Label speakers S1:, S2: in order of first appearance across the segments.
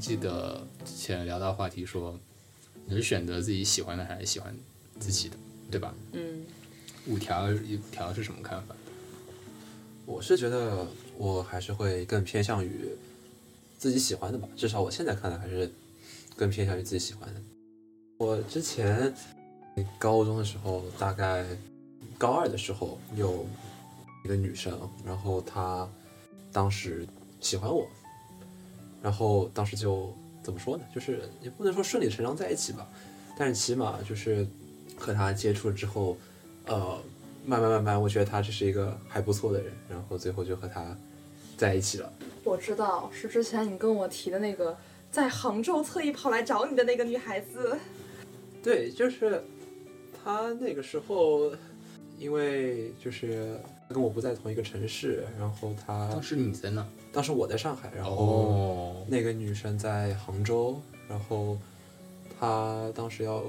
S1: 记得之前聊到话题说，你是选择自己喜欢的还是喜欢自己的，对吧？
S2: 嗯，
S1: 五条一条是什么看法？
S3: 我是觉得我还是会更偏向于自己喜欢的吧，至少我现在看来还是更偏向于自己喜欢的。我之前高中的时候，大概高二的时候有一个女生，然后她当时喜欢我，然后当时就怎么说呢，就是也不能说顺理成章在一起吧，但是起码就是和她接触之后，呃，慢慢慢慢，我觉得他这是一个还不错的人，然后最后就和他在一起了。
S2: 我知道是之前你跟我提的那个在杭州特意跑来找你的那个女孩子。
S3: 对，就是他那个时候，因为就是他跟我不在同一个城市，然后他
S1: 当时你在哪？
S3: 当时我在上海，然后
S1: 哦，
S3: 那个女生在杭州，然后她当时要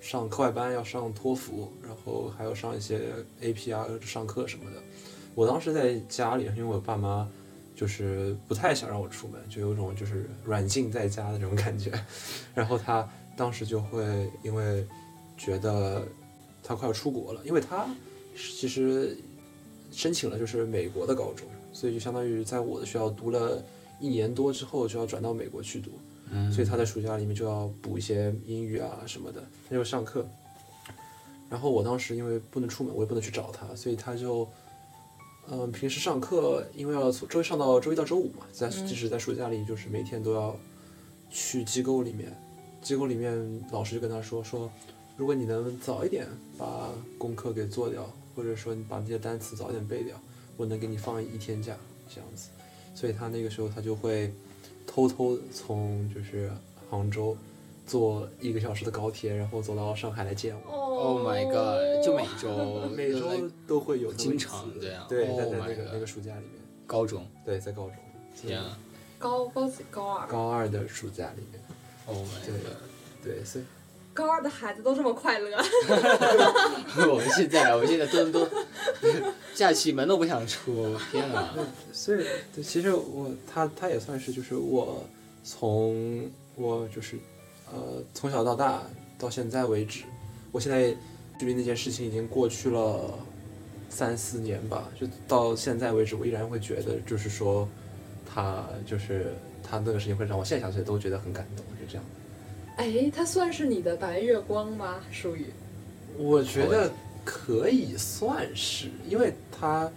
S3: 上课外班，要上托福，然后还要上一些 AP 啊上课什么的。我当时在家里，因为我爸妈就是不太想让我出门，就有种就是软禁在家的那种感觉。然后她当时就会因为觉得她快要出国了，因为她其实申请了就是美国的高中，所以就相当于在我的学校读了一年多之后就要转到美国去读。
S1: 嗯
S3: 所以他在暑假里面就要补一些英语啊什么的，他就上课。然后我当时因为不能出门，我也不能去找他，所以他就，嗯、平时上课因为要从周一上到周一到周五嘛，在
S2: 嗯
S3: 即使在暑假里，就是每天都要去机构里面，机构里面老师就跟他说说，如果你能早一点把功课给做掉，或者说你把那些单词早一点背掉，我能给你放一天假这样子。所以他那个时候他就会偷偷从就是杭州坐一个小时的高铁，然后走到上海来见我。
S1: ，Oh my God，就每周
S3: 每周都会有那么一
S1: 经
S3: 次
S1: 常这样
S3: 对，
S1: Oh
S3: 在在那
S1: my
S3: 个
S1: God
S3: 那个暑假里面，
S1: 高中，
S3: 对，在高中，
S1: 天啊
S2: 高高几高二
S3: 高二的暑假里面，
S1: ，Oh my
S3: 对
S1: God。
S3: 对，所以
S2: 高二的孩子都这么快乐，
S1: 我们现在，我们现在都都假期门都不想出，天 啊！
S3: 所以对，其实我他他也算是就是我从我就是呃从小到大到现在为止，我现在距离那件事情已经过去了三四年吧，就到现在为止，我依然会觉得就是说他就是他那个事情会让我现在想起来都觉得很感动，就这样。
S2: 哎，他算是你的白月光吗？属于
S3: 我觉得可以算是，因为他，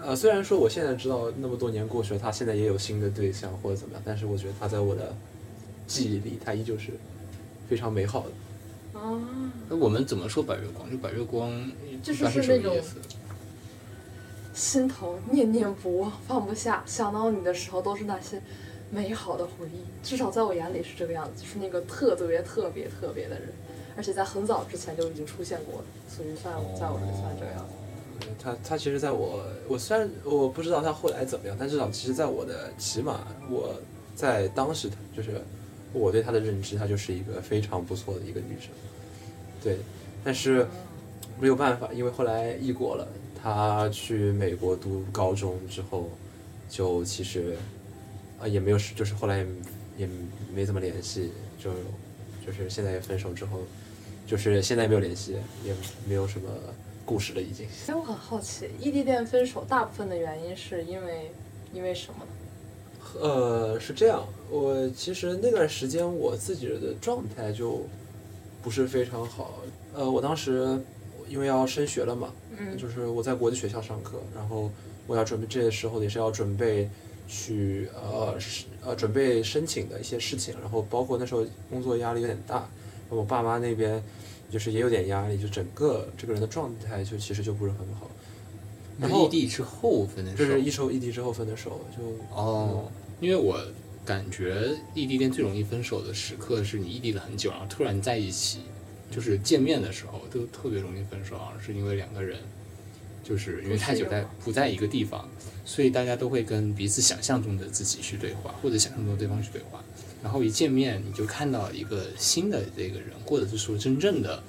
S3: 呃，虽然说我现在知道那么多年过去了，他现在也有新的对象或者怎么样，但是我觉得他在我的记忆里，他依旧是非常美好的。
S2: 啊，
S1: 那我们怎么说白月光？就白月光
S2: 就是
S1: 一般是
S2: 是
S1: 什么
S2: 那种
S1: 意思？
S2: 心头念念不忘，放不下，想到你的时候都是那些美好的回忆。至少在我眼里是这个样子，就是那个特别特别特别的人，而且在很早之前就已经出现过了，所以算在我这里算这个样子。
S3: 他他其实在我，我虽然我不知道他后来怎么样，但至少其实在我的，起码我在当时他就是我对他的认知，她就是一个非常不错的一个女生。对，但是。没有办法，因为后来异国了，他去美国读高中之后，就其实啊、也没有，就是后来也也没怎么联系，就就是现在也分手之后，就是现在也没有联系，也没有什么故事了已经。
S2: 哎，我很好奇，异地恋分手大部分的原因是因为因为什么呢？
S3: 呃，是这样，我其实那段时间我自己的状态就不是非常好，呃，我当时因为要升学了嘛，
S2: 嗯
S3: 就是我在国际学校上课，然后我要准备这些时候也是要准备去呃是呃准备申请的一些事情，然后包括那时候工作压力有点大，我爸妈那边就是也有点压力，就整个这个人的状态就其实就不是很好，然
S1: 那
S3: 后
S1: 异地之后分的
S3: 这
S1: 手
S3: 是一手异地之后分的手，就
S1: 哦，因为我感觉异地恋最容易分手的时刻是你异地了很久，然啊后突然在一起，就是见面的时候都特别容易分手，好啊像是因为两个人就是因为太久在不在一个地方，所以大家都会跟彼此想象中的自己去对话，或者想象中的对方去对话，然后一见面你就看到一个新的这个人，或者是说真正的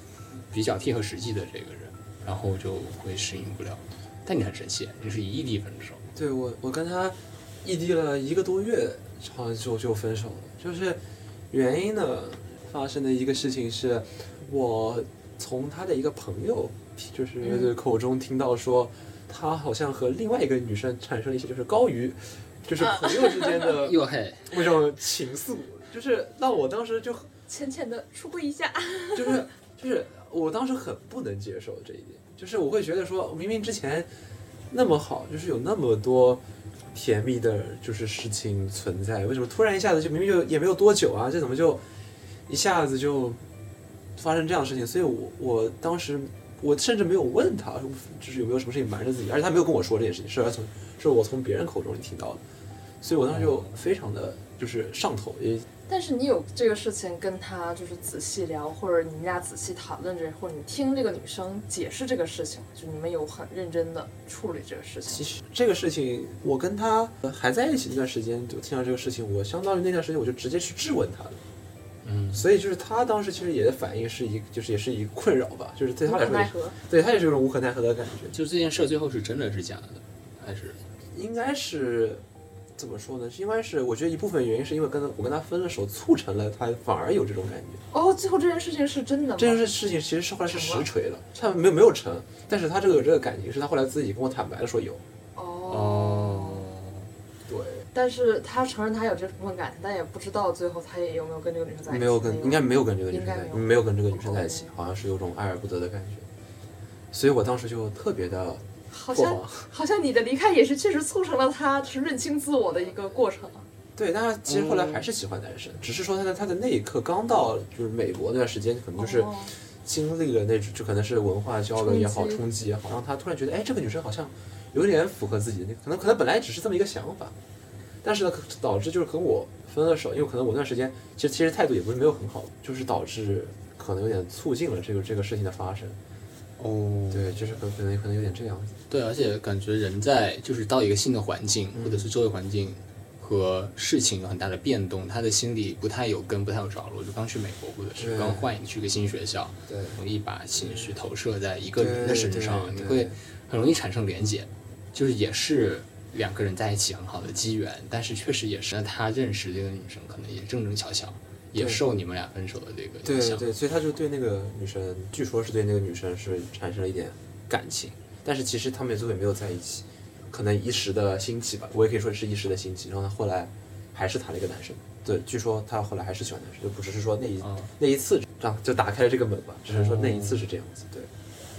S1: 比较贴合实际的这个人，然后就会适应不了。但你很神奇，你是以异地分手。
S3: 对我我跟他异地了一个多月，好像就就分手了，就是原因呢，发生的一个事情是，我从他的一个朋友就是
S2: 嗯
S3: 口中听到说，他好像和另外一个女生产生了一些就是高于，就是朋友之间 的
S1: 哟嘿，
S3: 那种情愫，就是那我当时就很
S2: 浅浅的出柜一 下，
S3: 就是就是我当时很不能接受这一点，就是我会觉得说，明明之前那么好，就是有那么多甜蜜的，就是事情存在，为什么突然一下子就明明就也没有多久啊，这怎么就一下子就发生这样的事情？所以我我当时我甚至没有问他，就是有没有什么事情瞒着自己，而且他没有跟我说这件事情，是他从是我从别人口中听到的，所以我当时就非常的就是上头，也
S2: 但是你有这个事情跟他就是仔细聊，或者你们俩仔细讨论这，或者你听这个女生解释这个事情，就你们有很认真的处理这个事
S3: 其
S2: 情。
S3: 实这个事情，我跟他还在一起那段时间，就听到这个事情，我相当于那段时间我就直接去质问他了。
S1: 嗯，
S3: 所以就是他当时其实也的反应是一，就是也是一困扰吧，就是对
S2: 无
S3: 他来
S2: 可
S3: 说也
S2: 奈
S3: 是，
S2: 何，
S3: 对他也是有种无可奈何的感觉。
S1: 就这件事儿最后是真的是假的，还是
S3: 应该是怎么说呢？是应该是我觉得一部分原因是因为跟他我跟他分了手，促成了他反而有这种感觉。
S2: 哦，最后这件事情是真的吗？
S3: 这件事情其实是后来是
S2: 成
S3: 实
S2: 了
S3: 锤了，他没有没有成，但是他这个有这个感情是他后来自己跟我坦白的说有。
S2: 哦，
S3: 对，
S2: 但是他承认他有这部分感情，但也不知道最后他也有没有跟这个女生在一起。
S3: 没有跟，应该没有跟这个女生在
S2: 应，该没有
S3: 没有跟这个女生在一起，好像是有种爱而不得的感觉，所以我当时就特别的
S2: 好
S3: 破
S2: 像
S3: 防。
S2: 好像你的离开也是确实促成了他就是认清自我的一个过程。啊
S3: 对，但是其实后来还是喜欢男生，只是说他在他的那一刻刚到就是美国那段时间，可能就是
S2: 哦
S3: 经历了那种，就可能是文化交流也好，
S2: 冲击
S3: 冲击也好，让他突然觉得，哎，这个女生好像有点符合自己，可能可能本来只是这么一个想法，但是呢，可导致就是跟我分了手，因为可能我那段时间其实其实态度也不是没有很好，就是导致可能有点促进了这个这个事情的发生。
S1: 哦
S3: 对，就是可能可能可能有点这样子。
S1: 对，而且感觉人在就是到一个新的环境，或者
S3: 嗯
S1: 是周围环境和事情有很大的变动，他的心里不太有根，不太有着落。就刚去美国，或者是
S3: 对
S1: 刚换去一个新学校，
S3: 对
S1: 容易把情绪投射在一个人的身上，你
S3: 对
S1: 会很容易产生连结，就是也是两个人在一起很好的机缘，但是确实也是让他认识这个女生，可能也正正巧巧，也
S3: 对
S1: 受你们俩分手的这个影
S3: 对
S1: 响。
S3: 对，所以他就对那个女生，据说是对那个女生是产生了一点感情，但是其实他们最后也没有在一起，可能一时的兴起吧，我也可以说是一时的兴起。然后他后来还是谈了一个男生，对，据说他后来还是喜欢男生，就不只是说那一、
S1: 嗯
S3: 那一次这样就打开了这个门吧，只是说那一次是这样子，对。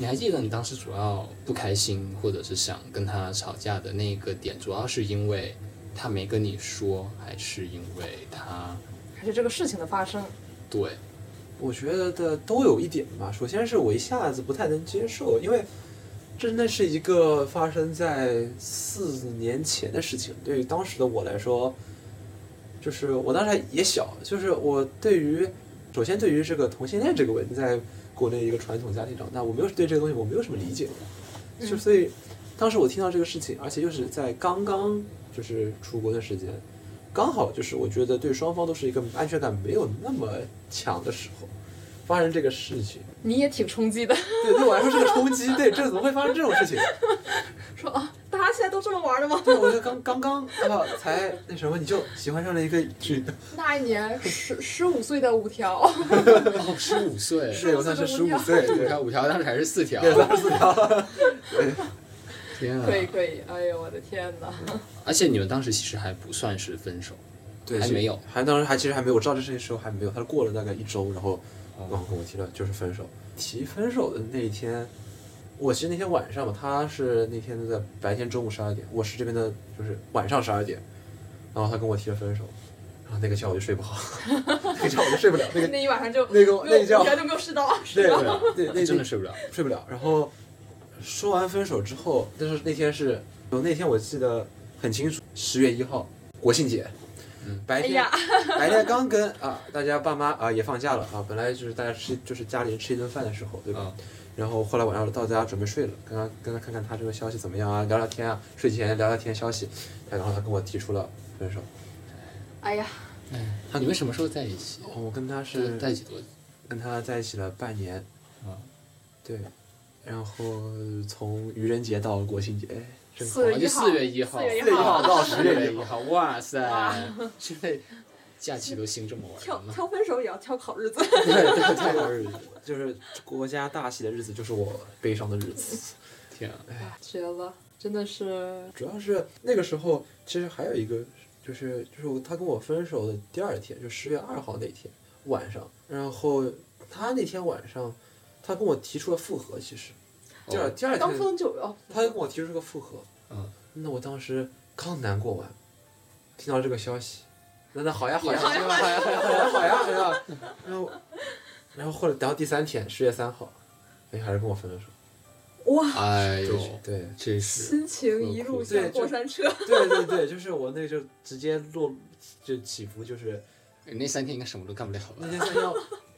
S1: 你还记得你当时主要不开心，或者是想跟他吵架的那个点，主要是因为他没跟你说，还是因为他
S2: 还是这个事情的发生，
S1: 对
S3: 我觉得都有一点吧。首先是我一下子不太能接受，因为真的是一个发生在四年前的事情，对于当时的我来说，就是我当时还也小，就是我对于首先对于这个同性恋这个问题，在国内一个传统家庭长大，我没有对这个东西我没有什么理解的，就
S2: 嗯
S3: 所以当时我听到这个事情，而且又是在刚刚就是出国的时间，刚好就是我觉得对双方都是一个安全感没有那么强的时候，发生这个事情，
S2: 你也挺冲击的，
S3: 对对我来说是个冲击，对这怎么会发生这种事情？
S2: 说啊， 大家现在都这么玩的吗？
S3: 对，我就刚刚刚啊才那什么你就喜欢上了一个女的，
S2: 那一年十十五岁的五条，
S1: 哦，十五岁，
S3: 对，我算是十五岁，
S1: 五
S3: 对
S1: 条，五条当时还是四条，
S3: 对，三十四条，嗯
S1: 天啊！
S2: 可以可以，哎呦我的天哪！
S1: 而且你们当时其实还不算是分手，
S3: 对，
S1: 还没有
S3: 还当时还其实还没有，我知道这事情时候还没有，他是过了大概一周，然后
S1: 哦
S3: 然后跟我提了就是分手。提分手的那一天，我其实那天晚上吧，他是那天的白天中午十二点，我是这边的就是晚上十二点，然后他跟我提了分手，然后那个觉我就睡不好， 那个觉我就睡不了，那个
S2: 那一晚上就
S3: 那个那
S2: 没
S3: 一
S2: 有
S3: 觉
S2: 五条就没有睡到，
S3: 对
S1: 睡不了，
S3: 对那
S1: 啊真
S3: 那
S1: 的睡不了。
S3: 睡不了。然后说完分手之后，但是那天是，那天我记得很清楚，十月一号国庆节，
S1: 嗯
S3: 白
S2: 哎
S3: 天、
S2: 呀，
S3: 白天刚跟啊大家爸妈啊也放假了啊，本来就是大家吃就是家里人吃一顿饭的时候，对吧？
S1: 啊，
S3: 然后后来晚上到家准备睡了，跟他跟他看看他这个消息怎么样啊，聊聊天啊，睡前聊聊天消息，他然后他跟我提出了分手，
S2: 哎呀，
S1: 哎你们什么时候在一起？
S3: 哦我跟他
S1: 是
S3: 是
S1: 在一起多久？
S3: 跟他在一起了半年，
S1: 啊，
S3: 对，然后从愚人节到国庆节，正好
S2: 四月
S1: 哦就
S2: 一号，
S1: 四月一号
S2: 四月
S3: 四
S2: 一
S3: 月一号
S2: 号，
S3: 到十月一
S1: 一号，哇塞
S2: 啊，
S1: 现在假期都兴这么
S3: 嗯
S1: 玩
S2: 挑
S1: 儿吗？
S2: 挑分手也要挑好日 子。
S3: 对对，太好日子，就是国家大喜的日子，就是我悲伤的日子。哎
S1: 天啊！
S2: 绝了，真的是
S3: 主要是那个时候，其实还有一个，就是就是他跟我分手的第二天，就十月二号那天晚上，然后他那天晚上，他跟我提出了复合，其实第二、
S1: 哦
S3: 第二
S2: 刚
S3: 天
S2: 分久哦，
S3: 他就跟我提出了个复合，
S1: 嗯，
S3: 那我当时刚难过完，听到这个消息，那那好呀好呀
S2: 好
S3: 好
S2: 呀
S3: 呀好呀好呀好呀好呀好 呀，然后然后后来等到第三天，十月三号，哎，还是跟我分了手，
S2: 哇，
S1: 哎呦，
S3: 对
S1: 这是
S2: 心情一路像过山车。
S3: 对对对，就是我那就直接落就起伏就是。
S1: 哎那三天应该什么都干不了吧
S3: 那？天三幺，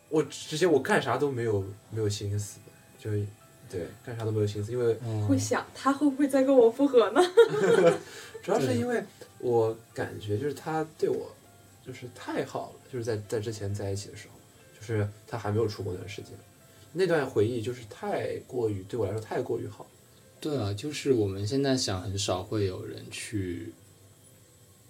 S3: 我直接我干啥都没有没有心思，就是对干啥都没有心思，因为
S1: 嗯
S2: 会想他会不会再跟我复合呢？
S3: 主要是
S1: 对
S3: 因为我感觉就是他对我就是太好了，就是在在之前在一起的时候，就是他还没有出国那段时间，那段回忆就是太过于对我来说太过于好，
S1: 对啊，就是我们现在想，很少会有人去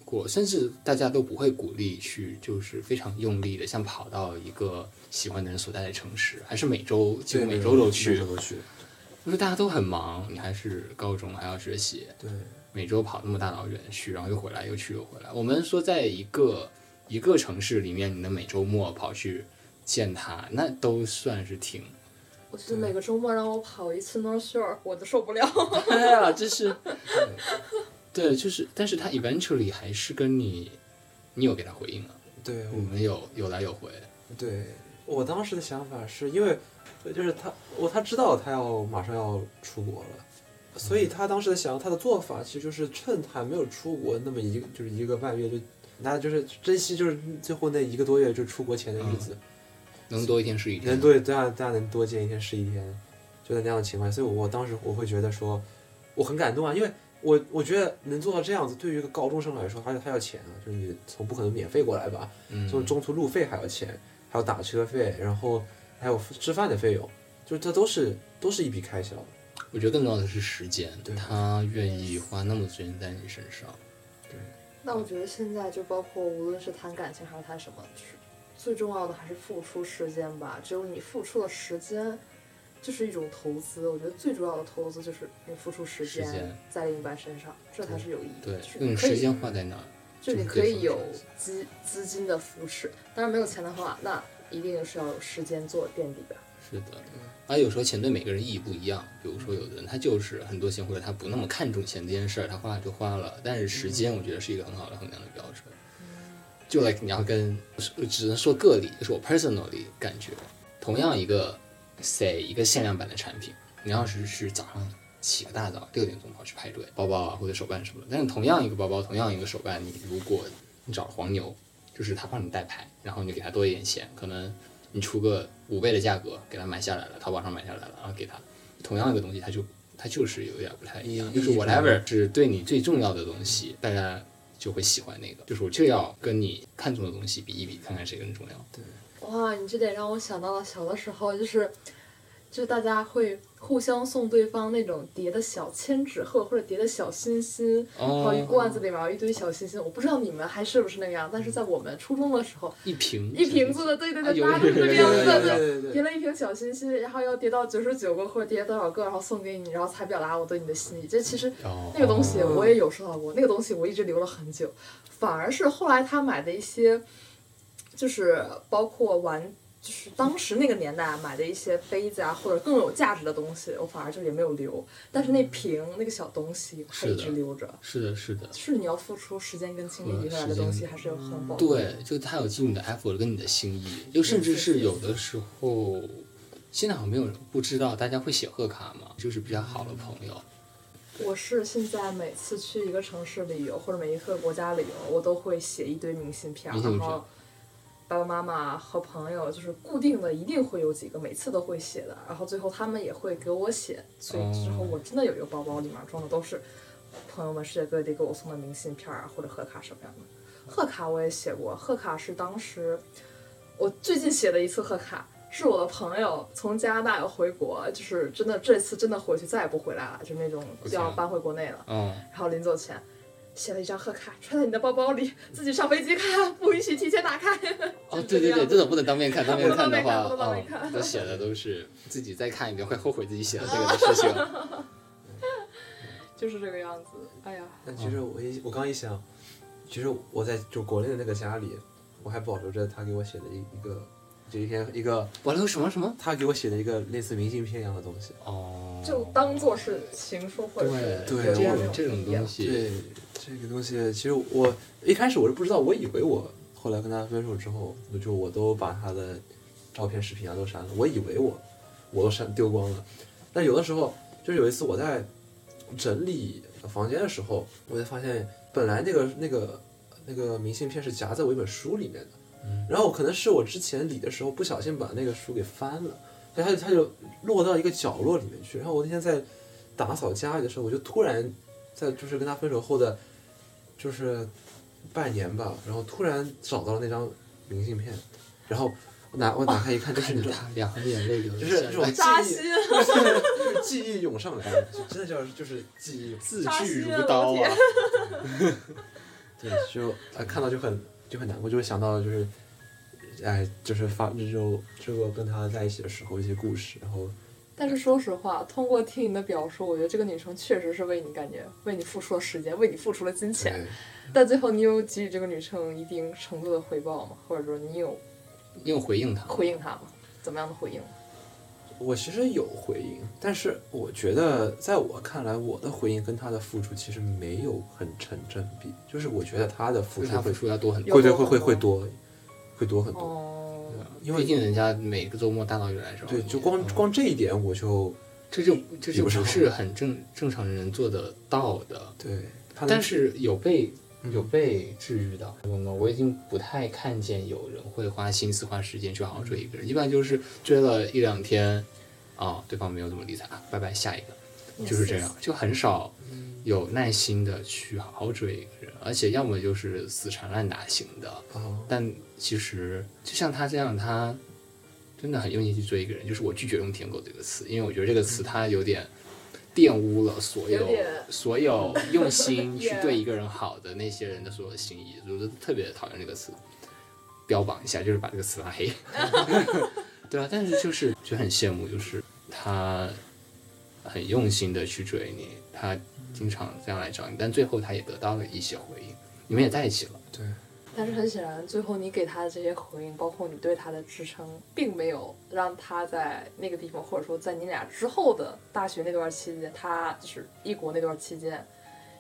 S1: 过，甚至大家都不会鼓励去，就是非常用力的，像跑到一个喜欢的人所在的城市，还是每周几乎每周都
S3: 每
S1: 去
S3: 周，都去，
S1: 因为大家都很忙，你还是高中还要学习，
S3: 对
S1: 每周跑那么大老远去，然后又回来，又去又回来。我们说在一个一个城市里面，你能每周末跑去见他，那都算是挺
S2: 我觉得每个周末让我跑一次 North Shore，我都受不了。
S1: 哎呀，这是
S3: 对
S1: 对，就是，但是他 eventually 还是跟你，你有给他回应了，
S3: 对，
S1: 我们有有来有回，
S3: 对我当时的想法是因为，对就是他我他知道他要马上要出国了，所以他当时的想他的做法其实就是趁他没有出国那么一个就是一个半月就，那就是珍惜就是最后那一个多月就出国前的日子，
S1: 能多一天是一天
S3: 能。多大家大家能多见一天是一天，就在那样的情况下，所以我我当时我会觉得说我很感动啊，因为。我我觉得能做到这样子，对于一个高中生来说，而且他要钱啊，就是你从不可能免费过来吧，
S1: 嗯，
S3: 就是中途路费还要钱，还有打车费，然后还有吃饭的费用，就是这都是都是一笔开销。
S1: 我觉得更重要的是时间，
S3: 对
S1: 他愿意花那么多时间在你身上。
S2: 那我觉得现在就包括无论是谈感情还是谈什么，是最重要的还是付出时间吧。只有你付出了时间，就是一种投资。我觉得最主要的投资就是你付出时
S1: 时间
S2: 间在另一半身上，这才是有意义
S1: 对
S2: 的。，是
S1: 用
S2: 可
S1: 时
S2: 以，
S1: 间花在哪儿？
S2: 就你
S1: 就是可
S2: 可
S1: 以
S2: 以
S1: 付出
S2: 有资资金的扶持，当然没有钱的话，那一定是要有时间做垫底的。
S1: 是的，而有时候钱对每个人意义不一样。比如说，有的人他就是很多钱，或者他不那么看重钱这件事儿，他花了就花了。但是时间，我觉得是一个很好的衡量的标准。就 like 你要跟，呃只能说个例，就是我 personally 感觉，同样一个 say 一个限量版的产品，你要是是早上起个大早六点钟跑去排队，包包啊或者手办什么的，但是同样一个包包，同样一个手办，你如果你找黄牛，就是他帮你代拍，然后你就给他多一点钱，可能你出个五倍的价格给他买下来了，淘宝上买下来了，然后给他同样一个东西，他就他就是有点不太一样，
S3: 嗯
S1: 就是
S3: 嗯
S1: whatever 是对你最重要的东西，大家就会喜欢那个，就是我就要跟你看重的东西比一比，看看谁更重要。
S2: 哇，你这点让我想到了小的时候，就是，就大家会互相送对方那种叠的小千纸鹤或者叠的小心心，还有一
S1: 哦，
S2: 罐子里面有一堆小心心。我不知道你们还是不是那个样，但是在我们初中的时候，
S1: 一瓶
S2: 一瓶子的，对对
S1: 啊
S2: 对，
S1: 有
S2: 大家都是这个样子
S1: 有有有
S2: 的，
S1: 有
S2: 对。
S3: 对
S2: 叠了一瓶小心心，然后要叠到九十九个或者叠多少个，然后送给你，然后才表达我对你的心意。这其实
S1: 哦，
S2: 那个东西我也有收到过，那个东西我一直留了很久，反而是后来他买的一些，就是包括玩，就是当时那个年代啊买的一些杯子啊，或者更有价值的东西，我反而就也没有留。但是那瓶那个小东西，我还
S1: 是
S2: 一
S1: 的
S2: 直留着。
S1: 是的，是的，
S2: 就是你要付出时间跟精力
S1: 嗯
S2: 留下来的
S1: 时间
S2: 东西，还是有很宝贵。
S1: 对，就他有记录你的 effort 跟你的心意，就甚至是有的时候，现在好像没有人不知道大家会写贺卡嘛，就是比较好的朋友，
S2: 我是现在每次去一个城市旅游或者每一个国家旅游，我都会写一堆明信片儿，
S1: 明信
S2: 然
S1: 片
S2: 后爸爸妈妈和朋友就是固定的，一定会有几个，每次都会写的，然后最后他们也会给我写，所以之后
S1: 哦
S2: 我真的有一个包包，里面装的都是朋友们世界各地给我送的明信片儿啊或者贺卡什么样的。贺卡我也写过，贺卡是当时我最近写的一次贺卡，是我的朋友从加拿大要回国，就是真的这次真的回去再也不回来了，就那种就要
S1: OK
S2: 搬回国内了。
S1: 嗯，
S2: 然后临走前，写了一张贺卡，揣在你的包包里，自己上飞机看，不允许提前打开。
S1: 哦，对对对，这种不能当面看，当面
S2: 不能
S1: 的话，
S2: 当面看不能当面
S1: 啊，
S2: 看
S1: 我写的都是自己再看一遍会后悔自己写了这个的事情。
S2: 就是这个样子。哎呀，
S3: 但其实我一我刚一想，其实我在就国内的那个家里，我还保留着他给我写的一一个，就一篇一个
S1: 我留什么什么？
S3: 他给我写的一个类似明信片一样的东西。
S1: 哦，
S2: 就当做是情书或者是
S1: 对
S3: 对
S1: 这
S3: 我
S1: 种这种东西，
S3: 对，这个东西其实我一开始我是不知道，我以为我后来跟他分手之后，我就我都把他的照片、视频啊都删了，我以为我我都删丢光了。但有的时候，就是有一次我在整理房间的时候，我就发现本来那个那个那个明信片是夹在我一本书里面的，然后可能是我之前理的时候不小心把那个书给翻了，它它它就落到一个角落里面去。然后我那天在打扫家里的时候，我就突然在就是跟他分手后的，就是半年吧，然后突然找到了那张明信片，然后我拿我打开一看，就是你的。
S1: 两行眼泪流
S3: 就是这
S1: 下
S3: 种
S1: 来，
S3: 记
S2: 扎
S3: 忆
S2: 心，
S3: 就是记忆涌上来了，就真的就是就是记忆，
S1: 字
S2: 扎
S1: 句
S2: 心
S1: 如
S2: 了
S1: 刀
S2: 我
S1: 啊
S2: 天！
S3: 对，就啊看到就很就很难过，就会想到就是，哎，就是发就就我跟他在一起的时候一些故事，然后
S2: 但是说实话，通过听你的表述，我觉得这个女生确实是为你感觉为你付出了时间，为你付出了金钱。
S3: 对
S2: 但最后你有给予这个女生一定程度的回报吗？或者说你有
S1: 因为回应他，
S2: 回应她吗？怎么样的回应？
S3: 我其实有回应，但是我觉得在我看来，我的回应跟他的付出其实没有很成正比，就是我觉得他的付
S1: 就是
S3: 出
S1: 他
S3: 会
S1: 付出要多很多。
S3: 会对会会会多，会多很多。
S2: 哦，
S3: 因为
S1: 毕竟人家每个周末大老远来找你，
S3: 对，就光
S1: 嗯
S3: 光这一点我就
S1: 这就这就
S3: 比不上
S1: 不是很正正常人做得到的，
S3: 对他能，
S1: 但是有被
S3: 嗯
S1: 有被治愈到。我们我已经不太看见有人会花心思花时间去好好追
S3: 嗯
S1: 一个人，一般就是追了一两天，啊、对方没有怎么理睬，啊拜拜，下一个，就是这样，就很少
S3: 嗯
S1: 有耐心的去好好追一个人，而且要么就是死缠烂打型的，
S3: 啊，
S1: 但其实就像他这样，他真的很用心去追一个人。就是我拒绝用“舔狗”这个词，因为我觉得这个词它有点玷污了所有
S2: 有点
S1: 所有用心去
S2: Yeah
S1: 对一个人好的那些人的所有心意，我就特别讨厌这个词。标榜一下，就是把这个词拉 黑。对啊，但是就是就很羡慕，就是他很用心的去追你，他经常这样来找你，但最后他也得到了一些回应，你们也在一起了。
S3: 对，
S2: 但是很显然，最后你给她的这些回应，包括你对她的支撑，并没有让她在那个地方，或者说在你俩之后的大学那段期间，她就是异国那段期间，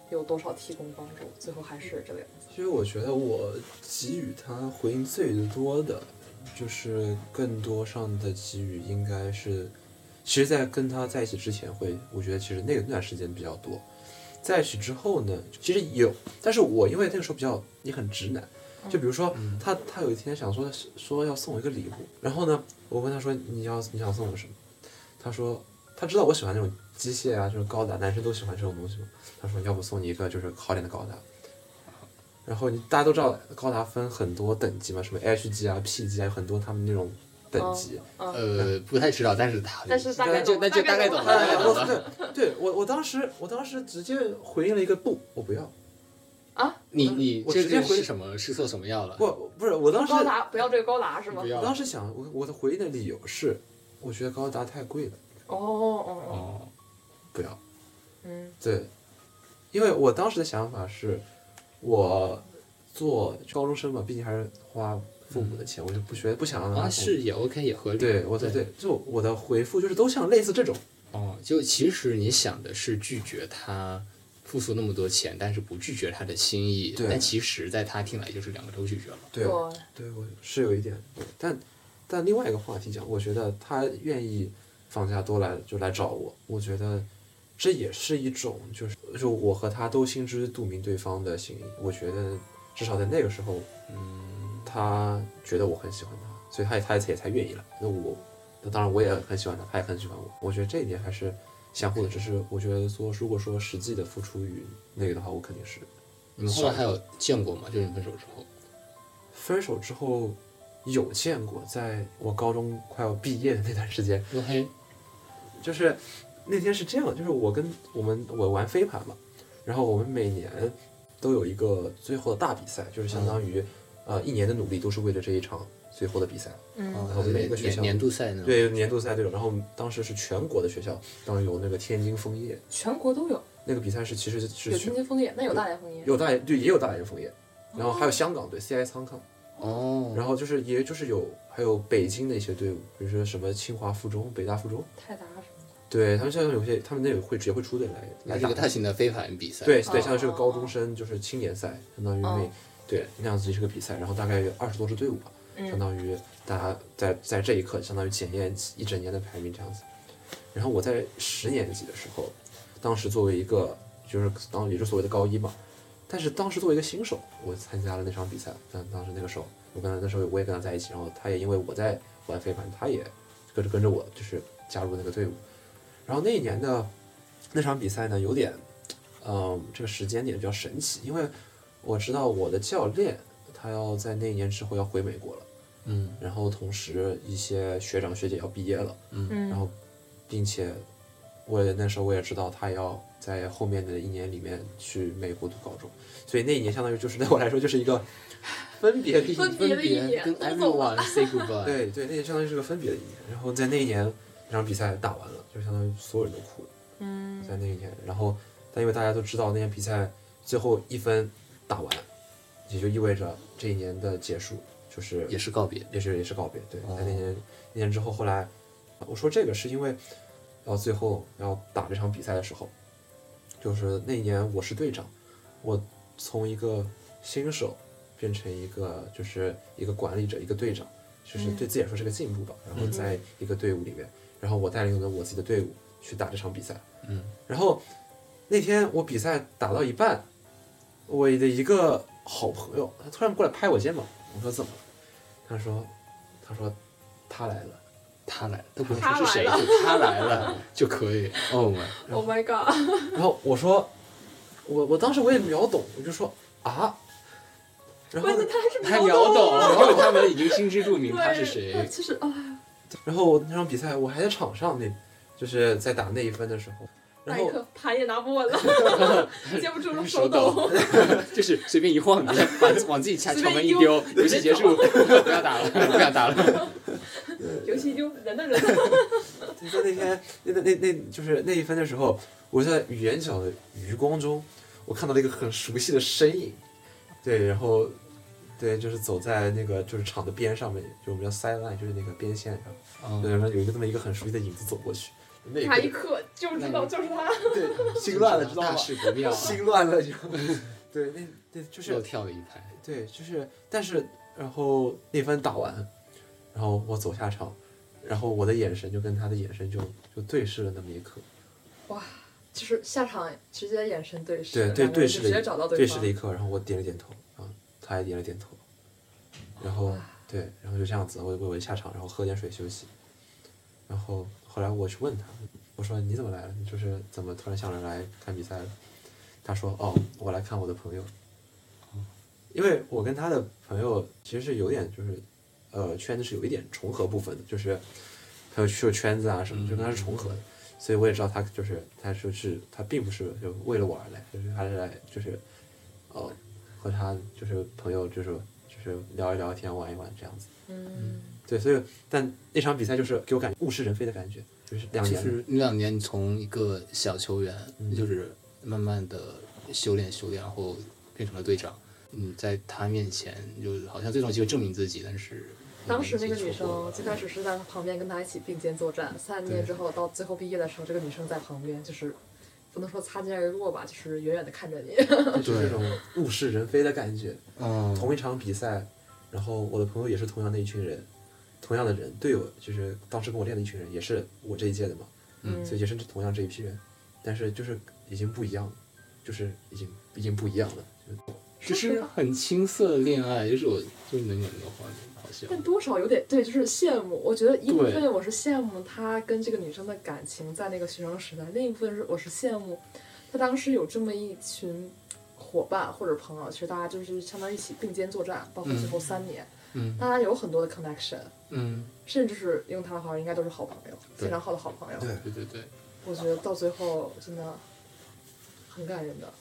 S2: 有多少提供帮助，最后还是这个样子。
S3: 其实我觉得我给予他回应最多的，就是更多上的给予应该是，其实，在跟他在一起之前会，我觉得其实那个那段时间比较多，在一起之后呢，其实有，但是我因为那个时候比较也很直男，就比如说他他有一天想说说要送我一个礼物，然后呢，我问他说你要你想送我什么，他说他知道我喜欢那种机械啊，就是高达，男生都喜欢这种东西嘛，他说要不送你一个就是好点的高达。然后你大家都知道高达分很多等级嘛，什么 H 级啊、P 级啊，有很多他们那种等级。
S1: 呃，不太知道，但是他
S2: 但是大
S3: 概
S1: 那就
S2: 懂
S1: 那就
S2: 大
S1: 大概
S2: 概懂
S1: 懂了，大
S3: 哎
S1: 概懂
S3: 我
S1: 了。
S3: 对，对我我当时我当时直接回应了一个不，我不要，
S2: 啊，
S1: 你你
S3: 我
S1: 这
S3: 直接
S1: 这
S3: 回
S1: 是什么试错什么药了？
S3: 不 不是我当时
S2: 高达不要这个高达是
S1: 不？
S2: 吗
S3: 我
S1: 要
S3: 当
S1: 了
S3: 时想我我的回应的理由是，我觉得高达太贵了，
S2: 哦哦哦，
S1: 哦，
S3: 不要。
S2: 嗯，
S3: 对，因为我当时的想法是，我做高中生嘛，毕竟还是花父母的钱，我就不学不想让他
S1: 啊
S3: 们
S1: 是也 OK 也合理。
S3: 对，我的对，就我的回复就是都像类似这种。
S1: 哦，就其实你想的是拒绝他付出那么多钱，但是不拒绝他的心意。
S3: 对
S1: 但其实在他听来就是两个都拒绝了。
S3: 对
S2: 我
S3: 对，我是有一点，但但另外一个话题讲，我觉得他愿意放假多来就来找我，我觉得这也是一种就是就我和他都心知肚明对方的心意，我觉得至少在那个时候，嗯，他觉得我很喜欢他，所以他也他也才愿意来。那我那当然我也很喜欢他，他也很喜欢我，我觉得这一点还是。相互的，只是我觉得说，如果说实际的付出与那个的话，我肯定是
S1: 你们后来还有见过吗？就是你分手之后。
S3: 分手之后有见过，在我高中快要毕业的那段时间，
S1: OK，
S3: 就是那天是这样，就是我跟我们我玩飞盘嘛，然后我们每年都有一个最后的大比赛，就是相当于、呃一年的努力都是为了这一场最后的比赛。
S1: 啊
S2: 嗯，
S3: 然后每个学
S1: 年
S3: 校
S1: 年度赛呢？，
S3: 对年度赛这种，然后当时是全国的学校，当时有那个天津枫叶
S2: 全国都有，
S3: 那个比赛是其实是
S2: 有
S3: 全
S2: 天津枫叶，那有大连枫叶，
S3: 有大连对也有大连枫叶，然后还有香港队 CI 苍康，
S1: 哦，
S3: 然后就是也就是有还有北京的一些队伍，比如说什么清华附中、北大附中，
S2: 泰达什么的。
S3: 对他们像有些他们那个会直接会出队来
S1: 那
S3: 来
S1: 是
S3: 打
S1: 个大型的非凡比赛。
S3: 对
S2: 哦
S3: 对，像是个
S2: 哦
S3: 高
S2: 哦
S3: 中生，就是青年赛，相当于那、
S2: 哦
S3: 对那样子是个比赛，然后大概有二十多支队伍吧，相
S2: 嗯，
S3: 当于大家在在这一刻相当于检验一整年的排名这样子。然后我在十年级的时候，当时作为一个就是当也就是所谓的高一嘛，但是当时作为一个新手，我参加了那场比赛。但当时那个时候，我跟他那时候我也跟他在一起，然后他也因为我在玩飞盘，他也跟着跟着我就是加入那个队伍。然后那一年的那场比赛呢，有点，嗯、这个时间点比较神奇，因为我知道我的教练他要在那一年之后要回美国了。
S1: 嗯
S3: 然后同时一些学长学姐要毕业了，
S1: 嗯
S3: 然后并且我也那时候我也知道他要在后面的一年里面去美国读高中，所以那一年相当于就是对我来说就是一个 分别的一
S2: 分
S3: 年，
S2: 别的一
S1: 别
S2: 年
S1: 跟
S2: 都走
S1: everyone say goodbye。，
S3: 对对，那年相当于是个分别的一年。然后在那一年那场比赛打完了，就相当于所有人都哭了。
S2: 嗯
S3: 在那一年，然后但因为大家都知道那天比赛最后一分打完，也就意味着这一年的结束就是
S1: 也是告别。
S3: 也是也是告别。对，
S1: 哦
S3: 在那年那年之后，后来我说这个是因为，要最后要打这场比赛的时候，就是那一年我是队长，我从一个新手变成一个就是一个管理者，一个队长，就是
S2: 嗯
S3: 对自己来说是个进步吧。然后
S1: 嗯
S3: 在一个队伍里面，然后我带领着我自己的队伍去打这场比赛。
S1: 嗯，
S3: 然后那天我比赛打到一半，我的一个好朋友他突然过来拍我肩膀，我说怎么了？他说，他说他来了。
S1: 他来了，都不用
S2: 他
S1: 说是谁，
S2: 来了
S1: 就他来了 就可以。Oh my，
S2: ，Oh my god，
S3: 然后我说，我我当时我也秒懂，我就说啊，然后
S2: 关键他还是
S1: 他
S2: 秒
S1: 秒懂，
S2: 了
S1: 然后他们已经心知肚明
S2: 啊对，
S1: 他是
S2: 那
S1: 谁。
S2: 其实啊，
S3: 然后那场比赛我还在场上那，就是在打那一分的时候，然
S2: 那一
S3: 后
S2: 刻盘也拿不稳了， 接不住了，
S1: 手
S2: 抖
S1: 抖。就是随便一晃， 你把往自己家
S2: 随
S1: 敲
S2: 便
S1: 门
S2: 一
S1: 一
S2: 丢
S1: 丢，游戏结 束，不要打了，不要打了。
S2: 游戏就人的人的，
S3: 你在那天那那那那就是那一分的时候，我在语言角的余光中，我看到了一个很熟悉的身影，对，然后对，就是走在那个就是场的边上面，就我们叫 side line，就是那个边线上，
S1: 嗯，
S3: 对，然后有一个那么一个很熟悉的影子走过去，那一
S2: 他一
S3: 刻
S2: 刻就知道就是他。
S3: 对 心乱了，知道
S1: 大
S3: 吗？
S1: 事不妙啊，
S3: 心乱了就， 对，那对就是
S1: 又跳了一拍。
S3: 对，就是，但是然后那番打完，然后我走下场，然后我的眼神就跟他的眼神就就对视了那么一刻，
S2: 哇，就是下场直接眼神对视，
S3: 对
S2: 两
S3: 对
S2: 个人
S3: 对
S2: 就
S3: 视了
S2: 直
S3: 一，
S2: 接找到
S3: 对视
S2: 方。
S3: 了一刻，然后我点了点头，啊，他也点了点头，然后对，然后就这样子，我我我下场，然后喝点水休息，然后后来我去问他，我说你怎么来了？你就是怎么突然想着来看比赛了？他说哦，我来看我的朋友，因为我跟他的朋友其实是有点就是，呃，圈子是有一点重合部分的，就是朋友去圈子啊什么，就跟他是重合的。所以我也知道他就是他说是他并不是就为了我而来，就是他是来就是，呃，和他就是朋友就是就是聊一聊天玩一玩这样子。
S2: 嗯，
S3: 对，所以但那场比赛就是给我感觉物是人非的感觉，就是两
S1: 就
S3: 年
S1: 是那两年，你从一个小球员，
S3: 嗯
S1: 就是慢慢的修炼修炼，然后变成了队长。你在他面前，就是好像最终有机会证明自己，但是
S2: 当时那个
S1: 错
S2: 女
S1: 过
S2: 生
S1: 了
S2: 最开始是在旁边跟他一起并肩作战，三年之后到最后毕业的时候，这个女生在旁边就是。不能说擦肩而过吧，就是远远的看着你。
S3: 就是这种物是人非的感觉。
S1: 嗯，
S3: 同一场比赛，然后我的朋友也是同样的一群人，同样的人，队友就是当时跟我练的一群人，也是我这一届的嘛，
S1: 嗯
S3: 所以也是同样这一批人，但是就是已经不一样了，就是已经已经不一样了。就
S1: 就是很青涩的恋爱，就是我就能有那个画面，好像
S2: 但多少有点对，就是羡慕。我觉得一部
S1: 对
S2: 分我是羡慕他跟这个女生的感情在那个学生时代，另一部分是我是羡慕他当时有这么一群伙伴或者朋友，其实大家就是相当于一起并肩作战，包括最后三年，
S1: 嗯
S2: 大家有很多的 connection，
S1: 嗯，
S2: 甚至是用他的话应该都是好朋友，
S1: 嗯对
S2: 非常好的好朋友。
S3: 对
S1: 对对对，
S2: 我觉得到最后真的很很感人的。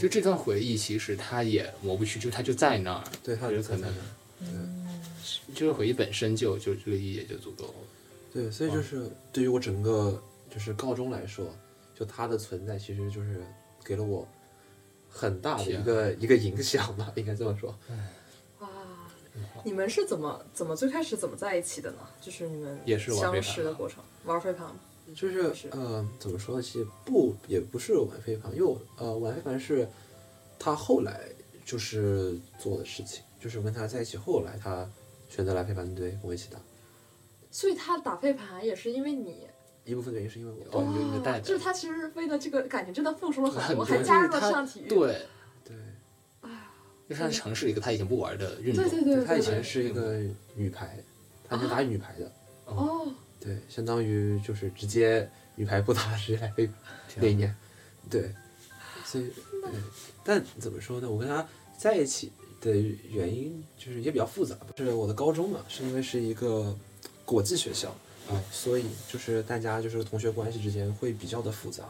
S1: 就这段回忆，其实它也抹不去，就它就在那儿。
S3: 对他
S1: 我觉
S3: 有
S1: 得可能这个回忆本身就就这个意义也就足够了。
S3: 对，
S1: 啊
S3: 所以就是对于我整个就是高中来说，就它的存在其实就是给了我很大的
S1: 啊
S3: 一个一个影响吧，应该这么说。
S2: 哇，
S1: 嗯
S2: 你们是怎么怎么最开始怎么在一起的呢？就是你们
S1: 也是玩飞
S2: 相
S1: 盘
S2: 识的过程，玩飞盘。
S3: 就是
S2: 是
S3: 呃，怎么说呢？其实不也不是玩飞盘，因为我呃玩飞盘是他后来就是做的事情，就是我跟他在一起后来他选择来飞盘队跟我一起打，
S2: 所以他打飞盘也是因为你，
S3: 一部分原因是因为我
S2: 啊
S1: 哦你就你就带
S2: 哇，
S1: 着
S2: 就是他其实为了这个感情真的付出了很
S1: 很
S2: 多，
S1: 多
S2: 还加入
S1: 就是
S2: 了
S1: 他
S2: 上体育。啊
S1: 对，
S3: 对，
S1: 就他尝试一个他以前不玩的运动。
S2: 对对对，
S3: 他
S2: 对
S3: 以
S2: 啊
S3: 前是一个女排，他以前打女排的。
S2: 哦，
S3: 对，相当于就是直接女排不打，直接来飞
S1: 这
S3: 那一
S1: 样
S3: 年，对，所以，对，但怎么说呢？我跟他在一起的原因就是也比较复杂，就是我的高中嘛，是因为是一个国际学校，啊，所以就是大家就是同学关系之间会比较的复杂。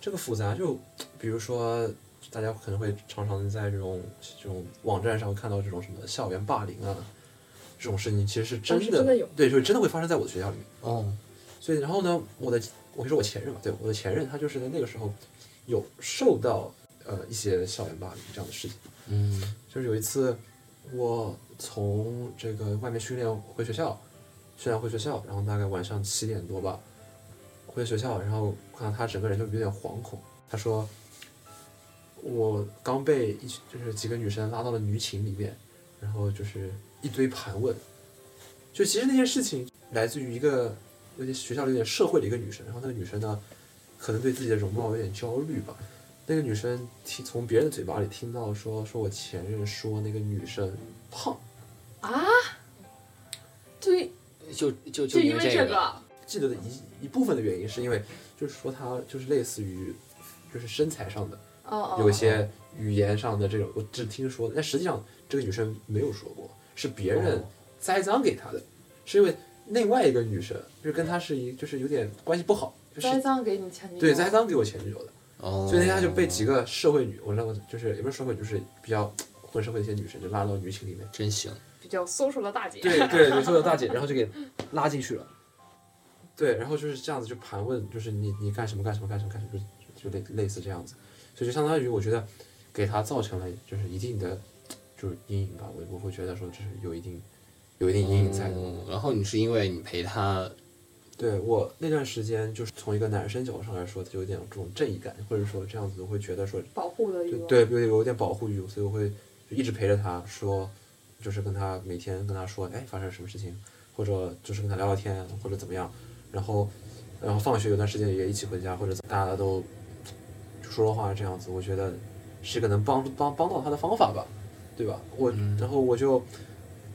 S3: 这个复杂就比如说，大家可能会常常在这种这种网站上看到这种什么校园霸凌啊。这种事情其实是真
S2: 哦是
S3: 的，
S2: 真的有
S3: 对，就是真的会发生在我的学校里面。
S1: 哦，
S3: 所以然后呢，我的我可以说我前任吧，对，我的前任他就是在那个时候有受到呃一些校园霸凌这样的事情，
S1: 嗯，
S3: 就是有一次我从这个外面训练回学校，训练回学校，然后大概晚上七点多吧，回学校，然后看到他整个人就有点惶恐，他说我刚被一群就是几个女生拉到了女寝里面，然后就是一堆盘问，就其实那件事情来自于一个有点学校里有点社会的一个女生，然后那个女生呢，可能对自己的容貌有点焦虑吧。那个女生听从别人的嘴巴里听到说说我前任说那个女生胖，
S2: 啊，对，
S1: 就就
S2: 就因
S1: 因
S2: 为
S1: 这
S2: 个，哦
S3: 记得的一一部分的原因是因为就是说她就是类似于就是身材上的
S2: 哦哦，
S3: 有一些语言上的这种，我只听说的，但实际上这个女生没有说过，是别人
S1: 哦
S3: 栽赃给她的，是因为另外一个女生就是跟她是一就是有点关系不好，就是
S2: 栽赃给你前女友，
S3: 对栽赃给我前女友的，
S1: 哦，
S3: 所以那家就被几个社会女，我那个就是也不是社会，就是比较混社会的一些女生就拉到女寝里面，
S1: 真行，
S2: 比较 social 的大姐，
S3: 对对，没错的大姐，然后就给拉进去了，对，然后就是这样子就盘问，就是你你干什么干什么干什么干什么，就就类类似这样子，所以就相当于我觉得给他造成了就是一定的就是阴影吧，我我会觉得说就是有一定有一定阴影在的，
S1: 嗯然后你是因为你陪他，
S3: 对我那段时间就是从一个男生角度上来说，就有点这种正义感，或者说这样子我会觉得说
S2: 保护的一
S3: 就
S2: 个，
S3: 对，有点有点保护欲，所以我会就一直陪着他说，就是跟他每天跟他说，哎，发生什么事情，或者就是跟他聊聊天，或者怎么样，然后然后放学有段时间也一起回家，或者大家都就说说话这样子，我觉得是个能帮帮帮到他的方法吧，对吧？我、
S1: 嗯
S3: 然后我就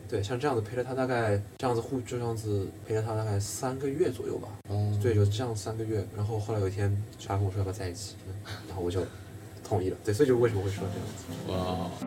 S3: 对像这样子陪着他大概这样子互就这样子陪着他大概三个月左右吧，
S1: 哦，
S3: 对，有这样三个月，然后后来有一天，他跟我说要不要在一起，然后我就同意了。对，所以就是为什么会说这样子。
S1: 哇，